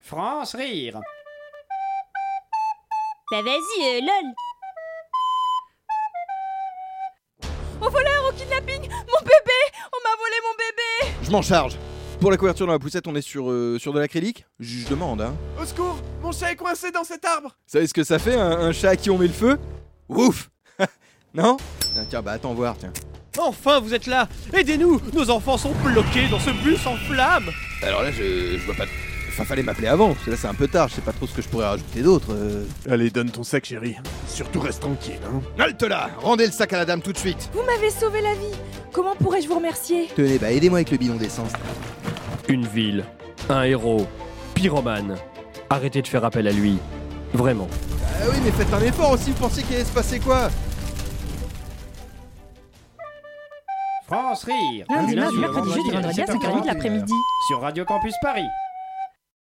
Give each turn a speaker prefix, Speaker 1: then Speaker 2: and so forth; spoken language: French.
Speaker 1: France rire.
Speaker 2: Bah vas-y, euh, lol.
Speaker 3: Au voleur, au kidnapping Mon bébé On m'a volé mon bébé
Speaker 4: Je m'en charge. Pour la couverture dans la poussette, on est sur, euh, sur de l'acrylique Je je demande, hein.
Speaker 5: Au secours Mon chat est coincé dans cet arbre
Speaker 4: Vous savez ce que ça fait, un, un chat à qui on met le feu Ouf Non Ah, Tiens, bah attends voir, tiens.
Speaker 6: Enfin, vous êtes là Aidez-nous Nos enfants sont bloqués dans ce bus en flammes
Speaker 4: Alors là, je, je vois pas... Enfin, fallait m'appeler avant, parce que là c'est un peu tard, je sais pas trop ce que je pourrais rajouter d'autre. euh.
Speaker 5: Allez, donne ton sac, chérie. Surtout reste tranquille, hein.
Speaker 4: Halte là Rendez le sac à la dame tout de suite
Speaker 3: Vous m'avez sauvé la vie Comment pourrais-je vous remercier
Speaker 4: Tenez, bah aidez-moi avec le bidon d'essence.
Speaker 7: Une ville, un héros, pyromane. Arrêtez de faire appel à lui. Vraiment.
Speaker 4: Ah oui, mais faites un effort aussi, vous pensez qu'il allait se passer quoi
Speaker 1: France rire.
Speaker 8: Lundi,
Speaker 1: Du
Speaker 8: mardi, mercredi,
Speaker 1: au
Speaker 8: jeudi, vendredi à 5h30 de
Speaker 1: 7h40,
Speaker 8: l'après-midi.
Speaker 1: Sur Radio Campus Paris.